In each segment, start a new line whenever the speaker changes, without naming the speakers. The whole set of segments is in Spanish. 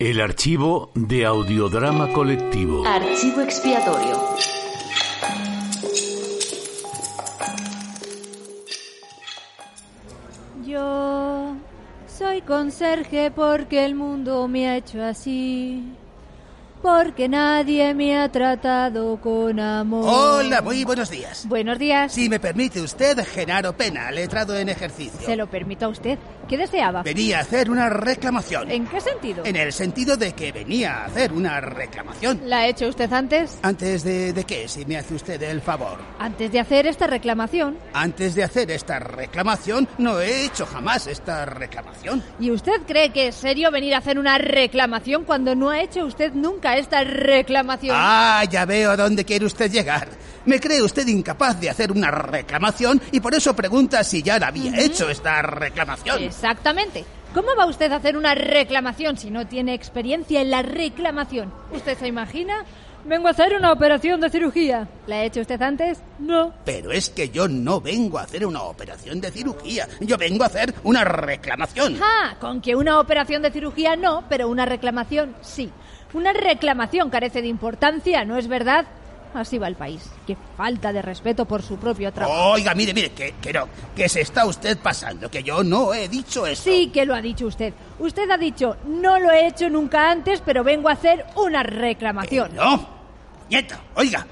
El archivo de audiodrama colectivo.
Archivo expiatorio.
Yo soy conserje porque el mundo me ha hecho así. Porque nadie me ha tratado con amor.
Hola, muy buenos días.
Buenos días.
Si me permite usted, Genaro Pena, letrado en ejercicio.
Se lo permito a usted. ¿Qué deseaba?
Venía a hacer una reclamación.
¿En qué sentido?
En el sentido de que venía a hacer una reclamación.
¿La ha hecho usted antes?
Antes de, de qué, si me hace usted el favor.
Antes de hacer esta reclamación.
Antes de hacer esta reclamación, no he hecho jamás esta reclamación.
¿Y usted cree que es serio venir a hacer una reclamación cuando no ha hecho usted nunca esta reclamación?
Ah, ya veo a dónde quiere usted llegar. Me cree usted incapaz de hacer una reclamación y por eso pregunta si ya la había hecho esta reclamación.
Exactamente. ¿Cómo va usted a hacer una reclamación si no tiene experiencia en la reclamación? ¿Usted se imagina? Vengo a hacer una operación de cirugía. ¿La ha hecho usted antes? No.
Pero es que yo no vengo a hacer una operación de cirugía, yo vengo a hacer una reclamación.
Ah, con que una operación de cirugía no, pero una reclamación sí. Una reclamación carece de importancia, ¿no es verdad? Así va el país. Qué falta de respeto por su propio trabajo.
Oiga, mire, mire, que, que no, que se está usted pasando, que yo no he dicho eso.
Sí que lo ha dicho usted. Usted ha dicho, no lo he hecho nunca antes, pero vengo a hacer una reclamación.
No, nieta, oiga,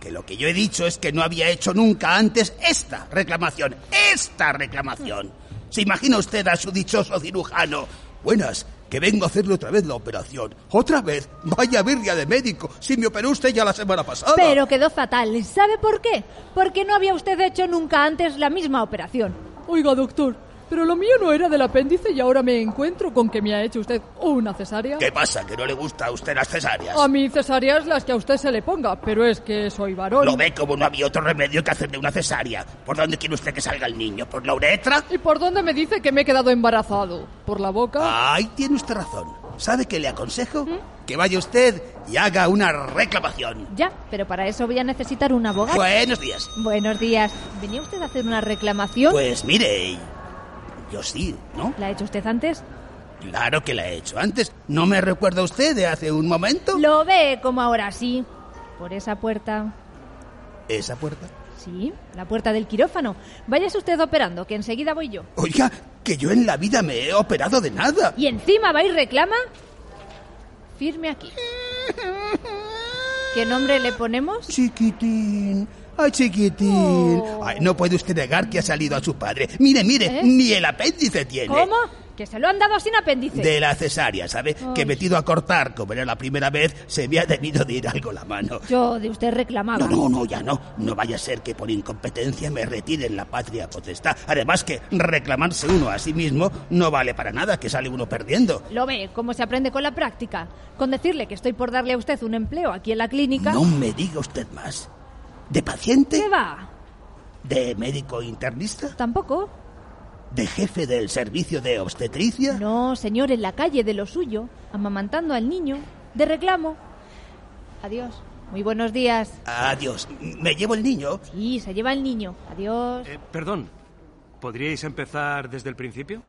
que lo que yo he dicho es que no había hecho nunca antes esta reclamación, esta reclamación. ¿Se imagina usted a su dichoso cirujano? Buenas, que vengo a hacerle otra vez la operación. ¿Otra vez? Vaya birria de médico, si me operó usted ya la semana pasada.
Pero quedó fatal. ¿Sabe por qué? Porque no había usted hecho nunca antes la misma operación.
Oiga, doctor, pero lo mío no era del apéndice y ahora me encuentro con que me ha hecho usted una cesárea.
¿Qué pasa, que no le gusta a usted las cesáreas?
A mí cesáreas las que a usted se le ponga, pero es que soy varón.
Lo ve como no había otro remedio que hacerle una cesárea. ¿Por dónde quiere usted que salga el niño? ¿Por la uretra?
¿Y por dónde me dice que me he quedado embarazado? ¿Por la boca?
Ahí tiene usted razón. ¿Sabe qué le aconsejo? Que vaya usted y haga una reclamación.
Ya, pero para eso voy a necesitar un abogado.
Buenos días.
Buenos días. ¿Venía usted a hacer una reclamación?
Pues mire, yo sí, ¿no?
¿La ha hecho usted antes?
Claro que la he hecho antes. ¿No me recuerda usted de hace un momento?
Lo ve como ahora sí. Por esa puerta.
¿Esa puerta?
Sí, la puerta del quirófano. Váyase usted operando, que enseguida voy yo.
Oiga, que yo en la vida me he operado de nada.
Y encima va y reclama. Firme aquí. ¿Qué nombre le ponemos?
Chiquitín. Ay, chiquitín.
Oh.
Ay, no puede usted negar que ha salido a su padre. Mire, mire, ni el apéndice tiene.
¿Eh? ¿Cómo? Que se lo han dado sin apéndice.
De la cesárea, ¿sabe? Que metido a cortar, como era la primera vez, se me ha debido de ir algo la mano.
Yo de usted reclamaba.
No, no, no, ya no. No vaya a ser que por incompetencia me retiren la patria potestad. Además que reclamarse uno a sí mismo no vale para nada, que sale uno perdiendo.
Lo ve, cómo se aprende con la práctica. Con decirle que estoy por darle a usted un empleo aquí en la clínica.
No me diga usted más. ¿De
¿Qué
paciente?
va?
¿De médico internista?
Tampoco.
¿De jefe del servicio de obstetricia?
No, señor, en la calle de lo suyo, amamantando al niño, de reclamo. Adiós. Muy buenos días.
Adiós. ¿Me llevo el niño?
Sí, se lleva el niño. Adiós.
Eh, perdón, ¿podríais empezar desde el principio?